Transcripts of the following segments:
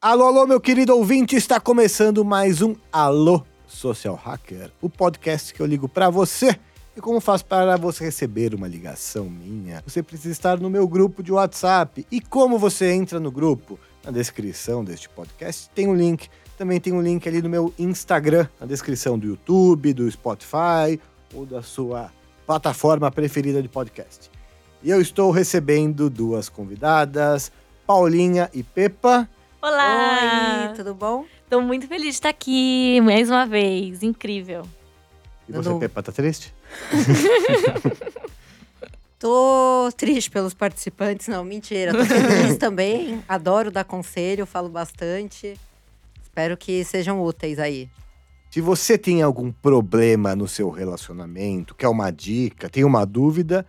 Alô, alô, meu querido ouvinte, está começando mais um Alô Social Hacker, o podcast que eu ligo para você. E como faço para você receber uma ligação minha? Você precisa estar no meu grupo de WhatsApp. E como você entra no grupo? Na descrição deste podcast tem um link. Também tem um link ali no meu Instagram, na descrição do YouTube, do Spotify ou da sua plataforma preferida de podcast. E eu estou recebendo duas convidadas, Paulinha e Pepa. Olá! Oi, tudo bom? Tô muito feliz de estar aqui mais uma vez. Incrível. E você, Dudu. Pepa, tá triste? Tô triste pelos participantes, não, mentira. Tô feliz também, adoro dar conselho, falo bastante. Espero que sejam úteis aí. Se você tem algum problema no seu relacionamento, quer uma dica, tem uma dúvida,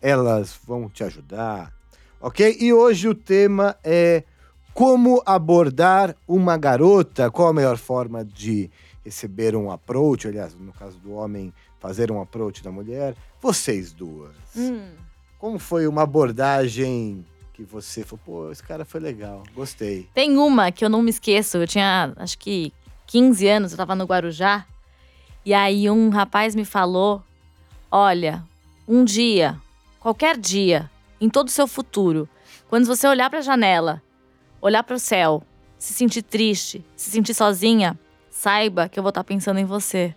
elas vão te ajudar, ok? E hoje o tema é como abordar uma garota, qual a melhor forma de receber um approach, aliás, no caso do homem, fazer um approach da mulher. Vocês duas, Hum. como foi uma abordagem que você falou, pô, esse cara foi legal, gostei. Tem uma que eu não me esqueço. Eu tinha, acho que 15 anos, eu tava no Guarujá. E aí um rapaz me falou: "Olha, um dia, qualquer dia, em todo o seu futuro, quando você olhar pra janela, olhar pro céu, se sentir triste, se sentir sozinha, saiba que eu vou estar pensando em você."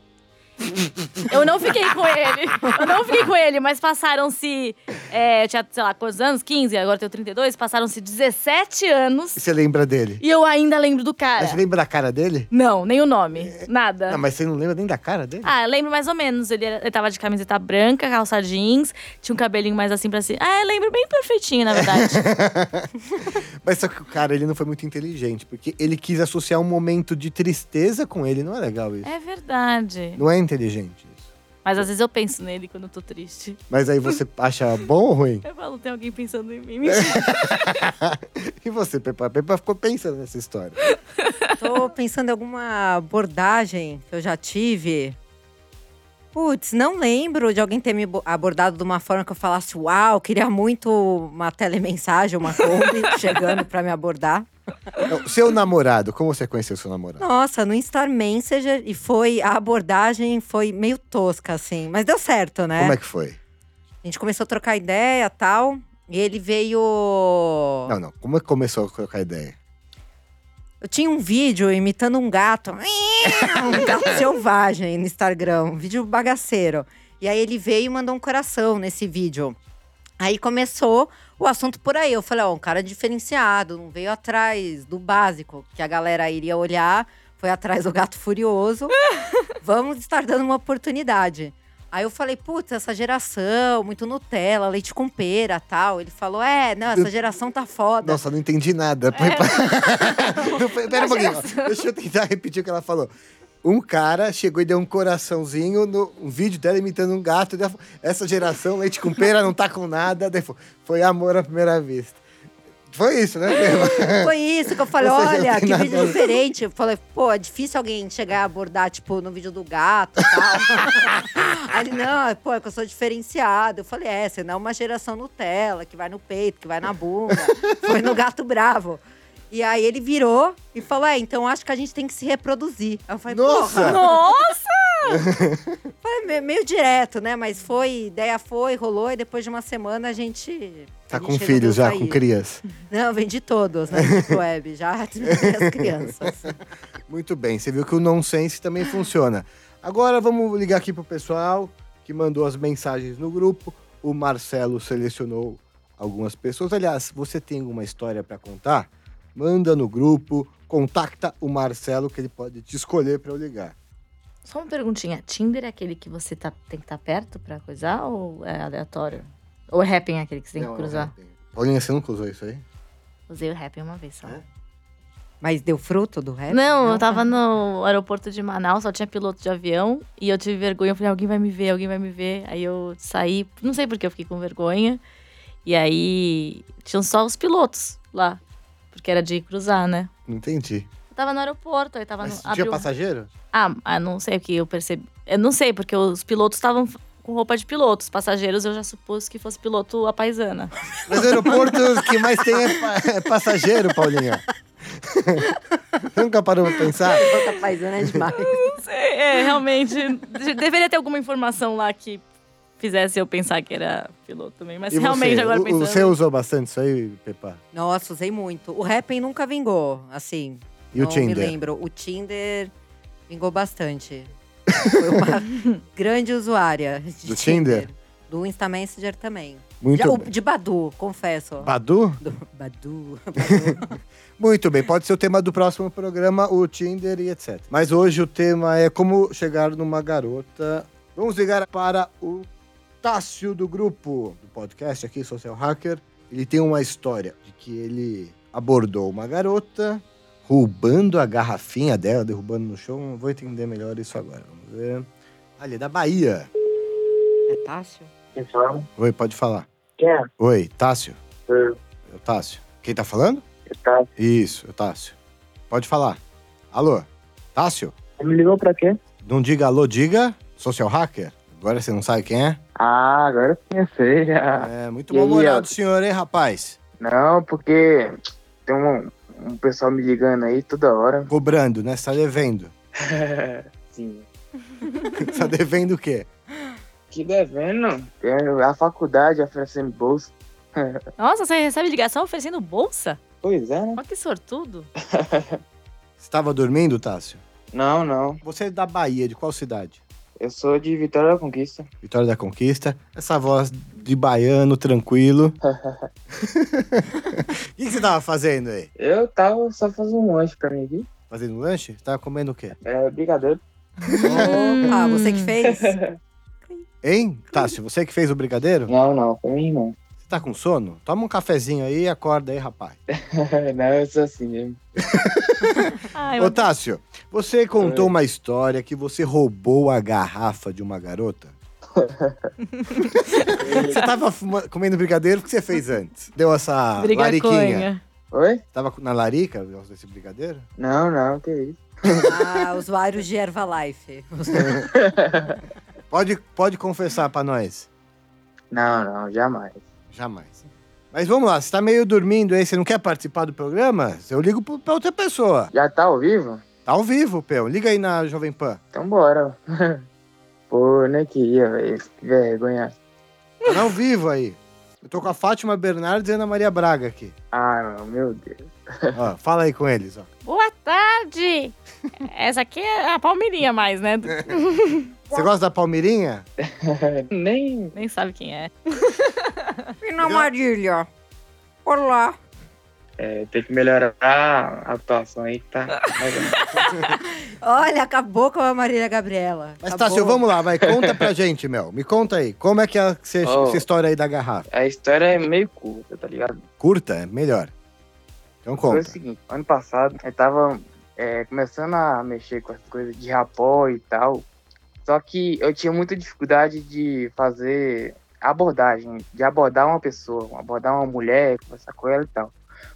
eu não fiquei com ele. Eu não fiquei com ele, mas passaram-se. É, eu tinha, sei lá, quantos anos? 15, agora eu tenho 32. Passaram-se 17 anos. E você lembra dele? E eu ainda lembro do cara. Mas você lembra da cara dele? Não, nem o nome. Nada. Não, mas você não lembra nem da cara dele? Ah, eu lembro mais ou menos. Ele, era, ele tava de camiseta branca, calça jeans, tinha um cabelinho mais assim pra cima. Ah, eu lembro bem perfeitinho, na verdade. Mas só que o cara, ele não foi muito inteligente, porque ele quis associar um momento de tristeza com ele. Não é legal isso. é verdade. Não é inteligente isso. Mas às vezes eu penso nele quando eu tô triste. Mas aí você acha bom ou ruim? Eu falo, tem alguém pensando em mim. Mentira. E você, Pepa? Pepa ficou pensando nessa história. Tô pensando em alguma abordagem que eu já tive. Putz, não lembro de alguém ter me bo- abordado de uma forma que eu falasse, uau, queria muito uma telemensagem, uma Kombi chegando pra me abordar. Não, Então, Seu namorado, como você conheceu seu namorado? Nossa, no Instar Messenger e foi a abordagem foi meio tosca assim, mas deu certo, né? Como é que foi? A gente começou a trocar ideia, tal, e ele veio Não, não. Como é que começou a colocar ideia? Eu tinha um vídeo imitando um gato. Um gato selvagem no Instagram. Um vídeo bagaceiro. E aí ele veio e mandou um coração nesse vídeo. Aí começou o assunto por aí. Eu falei, ó, um cara diferenciado, não veio atrás do básico, que a galera iria olhar, foi atrás do gato furioso. Vamos estar dando uma oportunidade. Aí eu falei, putz, essa geração, muito Nutella, leite com pera tal. Ele falou, é, não, essa geração tá foda. Nossa, eu não entendi nada. Pepa. É. Não foi- pera um pouquinho. ó. Deixa eu tentar repetir o que ela falou. Um cara chegou e deu um coraçãozinho no um vídeo dela imitando um gato. e ela falou, Essa geração, leite com pera, não tá com nada. Daí foi- Foi amor à primeira vista. Foi isso, né? Pepa? Foi isso que eu falei, Ou seja, não olha, tem que nada a vídeo ver. diferente. Eu falei, pô, é difícil alguém chegar a abordar, tipo, no vídeo do gato e tal. Aí ele, não, pô, é que eu sou diferenciado. Eu falei, é, você não é uma geração Nutella, que vai no peito, que vai na bunda. Foi no gato bravo. E aí ele virou e falou, é, então acho que a gente tem que se reproduzir. Aí eu falei, Nossa! porra, Nossa! foi me- meio direto, né? Mas foi, ideia foi, rolou. E depois de uma semana a gente… a Tá com gente filhos resolveu já, sair. com criança. Não, vendi todos, né? Deep Web, já desviei as crianças. Muito bem, você viu que o nonsense também funciona. Agora vamos ligar aqui pro pessoal que mandou as mensagens no grupo. O Marcelo selecionou algumas pessoas. Aliás, você tem alguma história para contar? Manda no grupo, contacta o Marcelo que ele pode te escolher para eu ligar. Só uma perguntinha. Tinder é aquele que você tá, tem que estar perto pra coisar ou é aleatório? Ou é Happn aquele que você tem Não, é. que cruzar? não tem. Paulinha, você nunca usou isso aí? Usei o Happn uma vez só. É? Mas deu fruto do rap? Não, eu tá. tava no aeroporto de Manaus, só tinha piloto de avião. E eu tive vergonha. Eu falei, alguém vai me ver, alguém vai me ver. Aí eu saí, não sei porque eu fiquei com vergonha. E aí tinham só os pilotos lá. Porque era de cruzar, né? Não entendi. Eu tava no aeroporto, aí tava Mas no. tinha abriu- passageiro? Ah, ah, não sei o que eu percebi. Eu não sei, porque os pilotos estavam f- com roupa de piloto. Os passageiros eu já supus que fosse piloto a paisana. Os aeroportos que mais tem é, pa- é passageiro, Paulinha. Nunca parou pra pensar? Puta paisana é demais. Não sei, é, realmente. de- deveria ter alguma informação lá que fizesse eu pensar que era piloto também. Mas E realmente, você? agora O- pensando. o, você usou bastante isso aí, Pepa? Nossa, usei muito. O Happn nunca vingou, assim. E não o me Tinder? lembro. O Tinder vingou bastante. Foi uma grande usuária de Do Tinder? Do Instamessenger também. Muito Já- o- bem. de Badu, confesso. Badu? Do- Badu. Muito bem, pode ser o tema do próximo programa, o Tinder e etc. Mas hoje o tema é como chegar numa garota. Vamos ligar para o Tássio do grupo do podcast aqui, Social Hacker. Ele tem uma história de que ele abordou uma garota, roubando a garrafinha dela, derrubando no chão. Não Vou entender melhor isso agora. Vamos ver. Ali, da Bahia. é Tássio? Então, Oi, pode falar. quem é? Oi, Tássio. Oi. É o Tássio. Quem tá falando? Tá. Isso, é o Tássio. Pode falar. Alô, Tássio? Você me ligou pra quê? Não diga alô, diga social hacker. Agora você não sabe quem é? Ah, agora sim eu sei. Ah, É, muito E aí, mal-humorado o Elton? senhor, hein, rapaz? Não, porque tem um, um pessoal me ligando aí toda hora. Cobrando, né? Você tá devendo. Sim. Você tá devendo o quê? Que devendo? Tem a faculdade oferecendo bolsa. Nossa, você recebe ligação oferecendo bolsa? Pois é, né? Olha que sortudo. Você tava dormindo, Tássio? Não, não. Você é da Bahia, de qual cidade? Eu sou de Vitória da Conquista. Vitória da Conquista. Essa voz de baiano, tranquilo. O que que você tava fazendo aí? Eu tava só fazendo um lanche pra mim aqui. Fazendo lanche? Você tava comendo o quê? É, brigadeiro. Opa, você que fez? Hein, Tássio? Você que fez o brigadeiro? Não, não, foi minha irmã. Você tá com sono? Toma um cafezinho aí e acorda aí, rapaz. não, eu sou assim mesmo. Ai, Ô, meu Tássio, você contou Oi. uma história que você roubou a garrafa de uma garota. Você tava fuma- comendo brigadeiro, o que você fez antes? Deu essa lariquinha. Brigaconha. Oi? Tava na larica por causa desse brigadeiro? Não, não, que isso. Ah, usuários de Herbalife. Pode, pode confessar pra nós. Não, não, jamais. Jamais. Mas vamos lá, você tá meio dormindo aí, você não quer participar do programa? Eu ligo pro- pra outra pessoa. Já tá ao vivo? Tá ao vivo, Pel. Liga aí na Jovem Pan. Então bora. Pô, eu nem queria, velho. Que vergonha. Tá ao vivo aí. Eu tô com a Fátima Bernardes e a Ana Maria Braga aqui. Ah, não, meu Deus. Ó, fala aí com eles, ó. Boa tarde! Essa aqui é a palmeirinha mais, né? Você gosta da Palmeirinha? Nem. Nem sabe quem é. e na Marília? Olá. É, tem que melhorar a atuação aí, tá? Olha, acabou com a Marília Gabriela. Mas Acabou. Tássio, vamos lá, vai. Conta pra gente, Mel. Me conta aí. Como é que é essa, Oh. essa história aí da garrafa? a história é meio curta, tá ligado? Curta, é melhor. Então Foi o conta. seguinte, ano passado eu tava é, começando a mexer com as coisas de rapó e tal. Só que eu tinha muita dificuldade de fazer abordagem, de abordar uma pessoa, abordar uma mulher, conversar com ela e tal.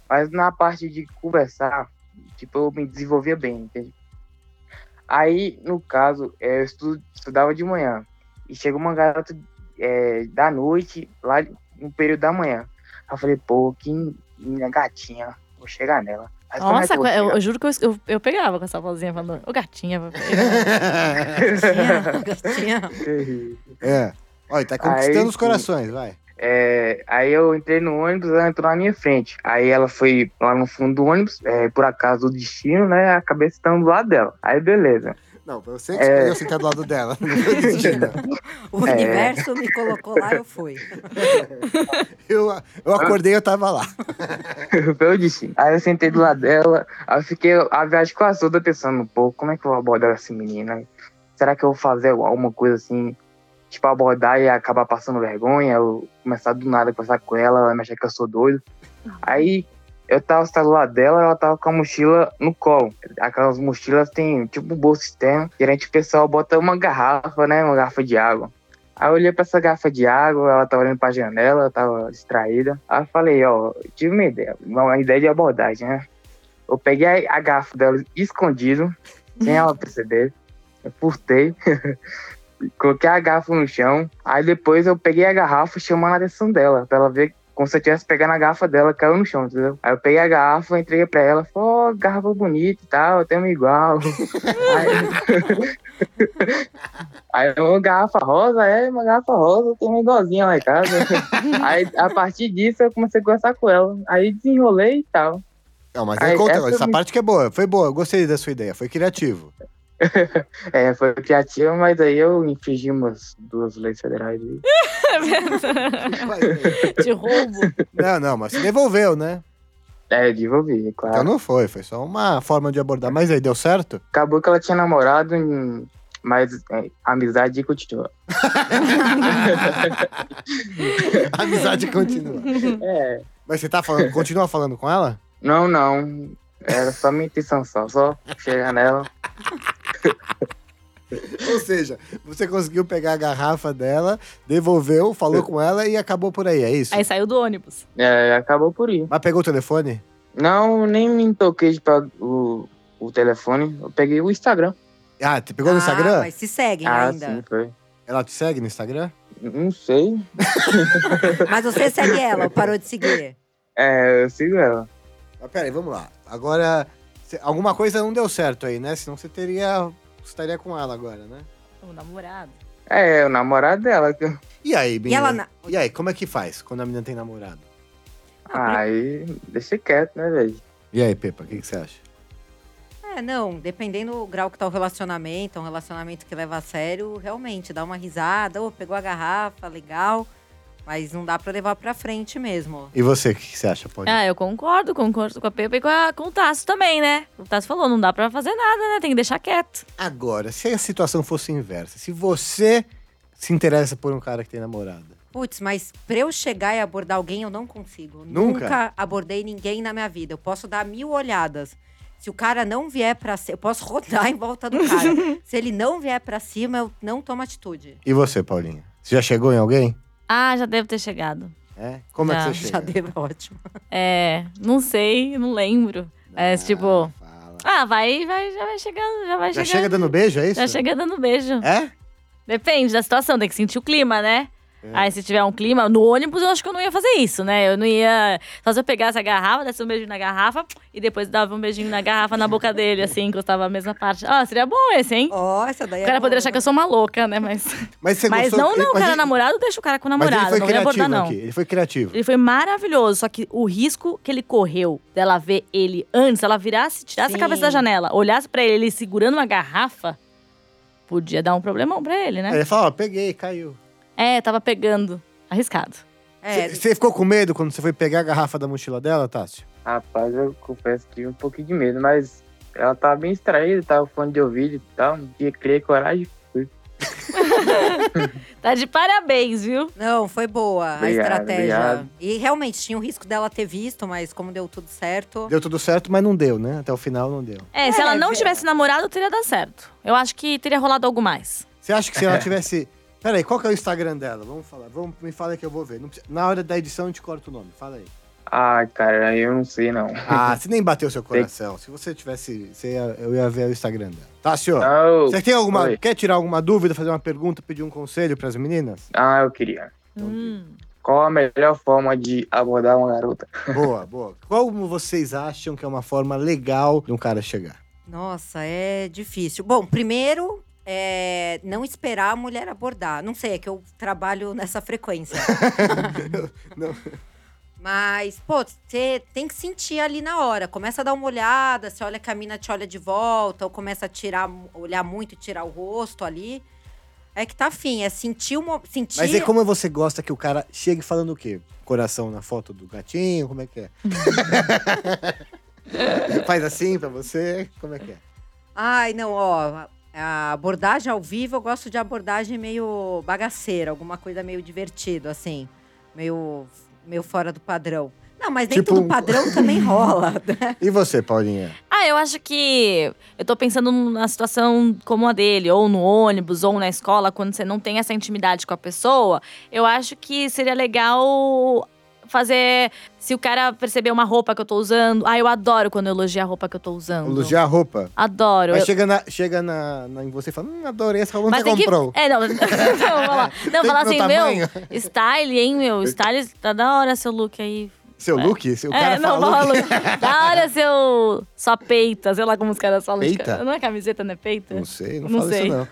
Mas na parte de conversar, tipo, eu me desenvolvia bem, entende? Aí, no caso, é, eu estu- estudava de manhã. E chegou uma garota é, da noite, lá no período da manhã. Aí eu falei, pô, que minha gatinha, vou chegar nela. Aí como é Nossa, que eu vou eu, chegar? eu juro que eu, eu, eu pegava com essa vozinha falando, ô gatinha, vou pegar." é. Gatinha, gatinha. é. Olha, tá conquistando Aí os sim. corações, vai. É, aí eu entrei no ônibus, ela entrou na minha frente. Aí ela foi lá no fundo do ônibus, é, por acaso o destino, né? A cabeça estando do lado dela. Aí beleza. Não, você que escolheu sentar do lado dela. Não foi desistindo, não. O É. universo me colocou lá, eu fui. Eu, eu acordei, eu tava lá. Pelo destino. Aí eu sentei do lado dela, aí eu fiquei a viagem quase toda pensando, pô, como é que eu vou abordar essa menina? Será que eu vou fazer alguma coisa assim, tipo, abordar e acabar passando vergonha? Eu começar do nada a conversar com ela, ela me achar que eu sou doido. Aí eu tava sentado do lado dela, ela tava com a mochila no colo. Aquelas mochilas tem tipo um bolso externo, geralmente o pessoal bota uma garrafa, né? Uma garrafa de água. Aí eu olhei pra essa garrafa de água, ela tava olhando pra janela, eu tava distraída. Aí eu falei, ó, eu tive uma ideia, uma uma ideia de abordagem, né? Eu peguei a, a garfo dela escondido, sem ela perceber. Eu furtei. Coloquei a garfo no chão. Aí depois eu peguei a garrafa chamando a atenção dela, pra ela ver como se eu tivesse pegando a garrafa dela, caiu no chão, entendeu? Aí eu peguei a garrafa, entreguei pra ela, falei, ó, garrafa bonita e tal, eu tenho igual. Aí, aí uma garrafa rosa, é, uma garrafa rosa, eu tenho uma igualzinha lá em casa. aí a partir disso eu comecei a conversar com ela. Aí desenrolei e tal. Não, mas Aí, aí conta, essa essa me- parte que é boa. Foi boa, eu gostei da sua ideia, foi criativo. É, foi criativo, mas aí eu infringi umas duas leis federais. aí. De roubo. não, não, mas se devolveu, né? É, eu devolvi, claro. Então não foi, foi só uma forma de abordar. Mas aí, deu certo? Acabou que ela tinha namorado, em- mas é, a amizade continua. A amizade continua. É. Mas você tá falando, continua falando com ela? Não, não. Era só minha intenção só. Só chegar nela. Ou seja, você conseguiu pegar a garrafa dela, devolveu, falou com ela e acabou por aí, é isso? Aí saiu do ônibus. É, acabou por ir. Mas pegou o telefone? Não, nem me toquei de pegar o, o telefone. Eu peguei o Instagram. Ah, te pegou no Ah, Instagram? Mas se seguem Ah, ainda. sim, foi. Ela te segue no Instagram? Não sei. Mas você segue ela ou parou de seguir? É, eu sigo ela. Mas Ah, peraí, vamos lá. Agora, cê- alguma coisa não deu certo aí, né? Senão você teria. estaria com ela agora, né? O namorado. É, o namorado dela. que- E aí, E menina? ela. na- E aí, como é que faz quando a menina tem namorado? Aí, deixa quieto, né, velho? E aí, Pepa, o que que você acha? É, não, dependendo do grau que tá o relacionamento, um relacionamento que leva a sério, realmente dá uma risada, ou pegou a garrafa, legal, mas não dá pra levar pra frente mesmo. E você, o que que você acha, pode? Ah, eu concordo, concordo com a Pepa e com, a- com o Tasso também, né? O Tasso falou, não dá pra fazer nada, né? Tem que deixar quieto. Agora, se a situação fosse inversa, se você se interessa por um cara que tem namorado. Putz, mas pra eu chegar e abordar alguém, eu não consigo. Nunca? abordei ninguém na minha vida. Eu posso dar mil olhadas. Se o cara não vier pra cima, eu posso rodar em volta do cara. Se ele não vier pra cima, eu não tomo atitude. E você, Paulinha? Você já chegou em alguém? Ah, já devo ter chegado. É? Como é Já, que você Já chega? deu ótimo. É, não sei, não lembro. É, tipo- fala. Ah, vai, vai, já vai chegando, já vai Já chega chegando. dando beijo, é isso? já chega dando beijo. É? Depende da situação, tem que sentir o clima, né? É. Aí se tiver um clima, no ônibus eu acho que eu não ia fazer isso, né? Eu não ia. Só se eu pegasse a garrafa, desse um beijinho na garrafa e depois dava um beijinho na garrafa na boca dele, assim, encostava a mesma parte. Ah, seria bom esse, hein? Ó, essa daí O cara é poderia boa. achar que eu sou uma louca, né? Mas, Mas você mas gostou- não, não, o mas cara ele- namorado deixa o cara com o Mas ele namorado, foi não vou abordar, criativo não. aqui. Ele foi criativo. Ele foi maravilhoso, só que o risco que ele correu dela ver ele antes, ela virasse, tirasse Sim. a cabeça da janela, olhasse pra ele, ele segurando uma garrafa, podia dar um problemão pra ele, Aí né? Ele fala, ó, peguei, caiu. É, tava pegando. Arriscado. É, Você ficou com medo quando você foi pegar a garrafa da mochila dela, Tássio? Rapaz, eu confesso que tive um pouquinho de medo, mas ela tava bem distraída, tava com fone de ouvido e tal. E criei coragem. Tá de parabéns, viu? Não, foi boa Obrigado, a estratégia. obrigado. E realmente tinha o risco dela ter visto, mas como deu tudo certo. Deu tudo certo, mas não deu, né? Até o final não deu. É, se É, ela não vê- tivesse namorado, teria dado certo. Eu acho que teria rolado algo mais. Você acha que se ela tivesse. Peraí, qual que é o Instagram dela? Vamos falar. Vamos, me fala que eu vou ver. Não precisa- Na hora da edição, eu te corto o nome. Fala aí. Ai, Ah, cara, eu não sei não. Ah, você nem bateu seu coração. Se você tivesse. você ia- eu ia ver o Instagram dela. Tá, senhor? Não. Você tem alguma. Oi. Quer tirar alguma dúvida, fazer uma pergunta, pedir um conselho pras meninas? Ah, eu queria. Hum. Qual a melhor forma de abordar uma garota? Boa, boa. Como vocês acham que é uma forma legal de um cara chegar? Nossa, é difícil. Bom, primeiro. é, não esperar a mulher abordar. Não sei, é que eu trabalho nessa frequência. Não. Mas, pô, você tem que sentir ali na hora. Começa a dar uma olhada, você olha que a mina te olha de volta, ou começa a tirar, olhar muito e tirar o rosto ali. É que tá afim, é sentir uma. Sentir... Mas é como você gosta que o cara chegue falando o quê? Coração na foto do gatinho? Como é que é? Faz assim pra você? Como é que é? Ai, não, ó. A abordagem ao vivo, eu gosto de abordagem meio bagaceira, alguma coisa meio divertido, assim. Meio, meio fora do padrão. Não, mas dentro Tipo do um- padrão também rola. né? E você, Paulinha? Ah, eu acho que eu tô pensando na situação como a dele, ou no ônibus, ou na escola, quando você não tem essa intimidade com a pessoa, eu acho que seria legal fazer. Se o cara perceber uma roupa que eu tô usando. Ah, eu adoro quando elogia a roupa que eu tô usando. Elogiar a roupa. Adoro. Aí eu- chega, na, chega na, na- em você e fala, hum, adorei essa roupa, Mas onde você tem que. comprou? É, não. Não, falar, não, Tem falar meu assim, tamanho? meu, style, hein, meu? Style, tá da hora seu look aí. Seu look? Se O cara é, não, fala fala look. look. Da hora seu. Só peita, sei lá como os caras falam. de Peita? ca- Não é camiseta, não é peita? Não sei, não, Não fala sei. isso não.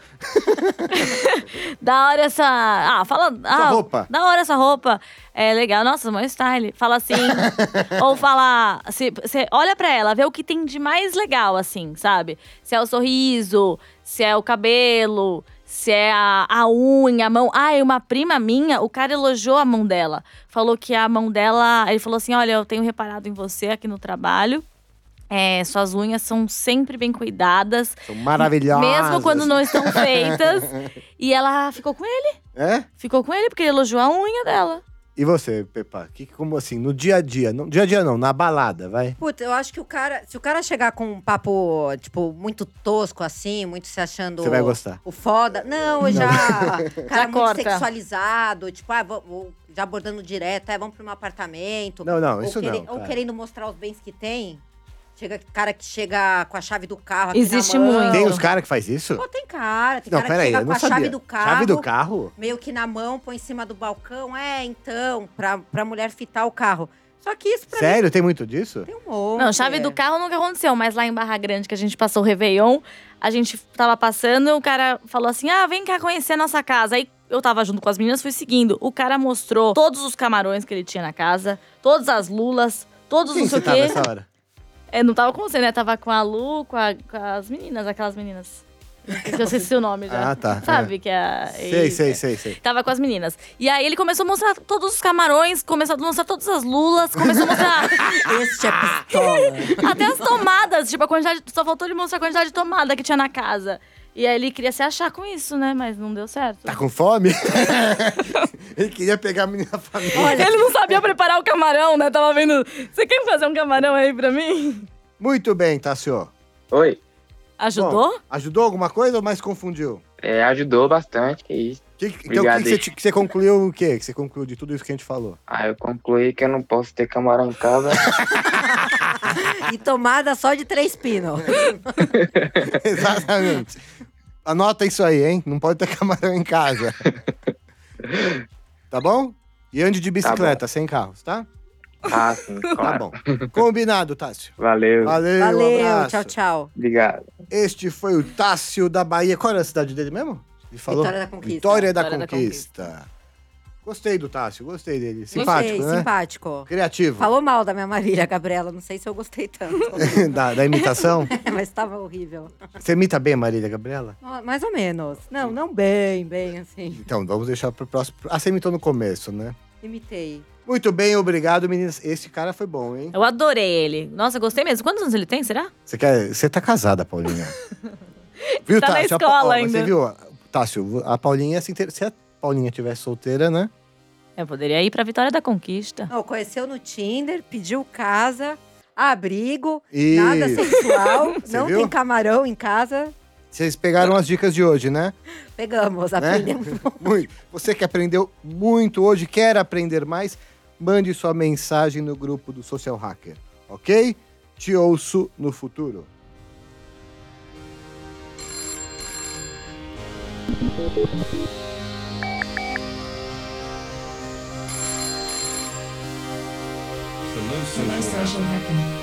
Da hora essa. Ah, fala. Ah, roupa. Da hora essa roupa. É legal. Nossa, maior style. Fala assim. ou fala. Se, se- olha pra ela, vê o que tem de mais legal, assim, sabe? Se é o sorriso, se é o cabelo, se é a, a unha, a mão. Ah, e uma prima minha, o cara elogiou a mão dela. Falou que a mão dela. Ele falou assim: olha, eu tenho reparado em você aqui no trabalho. É, suas unhas são sempre bem cuidadas, São maravilhosas. mesmo quando não estão feitas. e ela ficou com É? Ficou com ele porque ele elogiou a unha dela. E você, Pepa? Que, como assim, no dia a dia? No dia a dia não, na balada, vai. Puta, eu acho que o cara. Se o cara chegar com um papo, tipo, muito tosco assim, muito se achando. Você vai gostar. O foda. Não, eu já. Já Cara, muito corta. sexualizado. Tipo, ah, vou- vou- já abordando direto, é, vamos pra um apartamento. Não, não, ou isso quere- não, Ou cara. querendo mostrar os bens que tem. Chega cara que chega com a chave do carro aqui Existe na mão. muito. Tem uns caras que faz isso? Pô, tem cara. Tem Não, cara que peraí, chega eu com não a sabia. chave do carro. Chave do carro? Meio que na mão, põe em cima do balcão. É, então, pra, pra mulher fitar o carro. Só que isso pra mim Sério? Tem muito disso? tem um monte. Não, é? chave do carro nunca aconteceu, mas lá em Barra Grande, que a gente passou o Réveillon, a gente tava passando e o cara falou assim: ah, vem cá conhecer a nossa casa. Aí eu tava junto com as meninas, fui seguindo. O cara mostrou todos os camarões que ele tinha na casa, todas as lulas, todos Quem não sei você o tava quê. nessa hora? É, não tava com você, né? Tava com a Lu, com, a- com as meninas, aquelas meninas. Que eu esqueci o nome já. Ah, tá. Sabe que é. Sei, sei, sei, sei. Tava com as meninas. E aí ele começou a mostrar todos os camarões, começou a mostrar todas as lulas, começou a mostrar Este é pistola. até as tomadas. Tipo, a quantidade. Só faltou ele mostrar a quantidade de tomada que tinha na casa. E aí ele queria se achar com isso, né? Mas não deu certo. Tá com fome? Ele queria pegar a menina família. Ele não sabia preparar o camarão, né? Tava vendo. Você quer fazer um camarão aí pra mim? Muito bem, Tassio. Oi. Ajudou? Bom, ajudou alguma coisa ou mais confundiu? É, ajudou bastante, que isso. Que- então, o que Obrigado, que, você, gente. ti- que você concluiu o quê? Que você concluiu de tudo isso que a gente falou? Aí eu concluí que eu não posso ter camarão em casa. Ah! e tomada só de três pinos. Exatamente. Anota isso aí, hein? Não pode ter camarão em casa. tá bom? E ande de bicicleta, sem carros, tá? ah, sim, Tá claro. bom. Combinado, Tássio. Valeu. Valeu, um Valeu, abraço. tchau, tchau. Obrigado. Este foi o Tássio da Bahia. Qual era a cidade dele mesmo? Ele falou? Vitória da Conquista. Vitória da Vitória da Conquista. Gostei do Tássio, gostei dele. Simpático, Gostei, né? simpático. Criativo. Falou mal da minha Marília, Gabriela. Não sei se eu gostei tanto, né? da, da imitação. mas tava horrível. Você imita bem a Marília Gabriela? Mais ou menos. Não, não bem, bem assim. Então, vamos deixar pro próximo. Ah, você imitou no começo, né? Imitei. Muito bem, obrigado, meninas. Esse cara foi bom, hein? Eu adorei ele. Nossa, eu gostei mesmo. Quantos anos ele tem, será? Você quer. Você tá casada, Paulinha. viu, Tá na Tássio? A Pa- escola ó, mas ainda. Você viu? Tássio, a Paulinha se inter... Se a Paulinha tivesse solteira, né? Eu poderia ir pra Vitória da Conquista. Não, conheceu no Tinder, pediu casa, abrigo, E nada sexual. Você não viu? tem camarão em casa. vocês pegaram as dicas de hoje, né? Pegamos, Tá aprendemos. Muito. Você que aprendeu muito hoje, quer aprender mais, mande sua mensagem no grupo do Social Hacker, ok? Te ouço no futuro. The Low Social Hacker.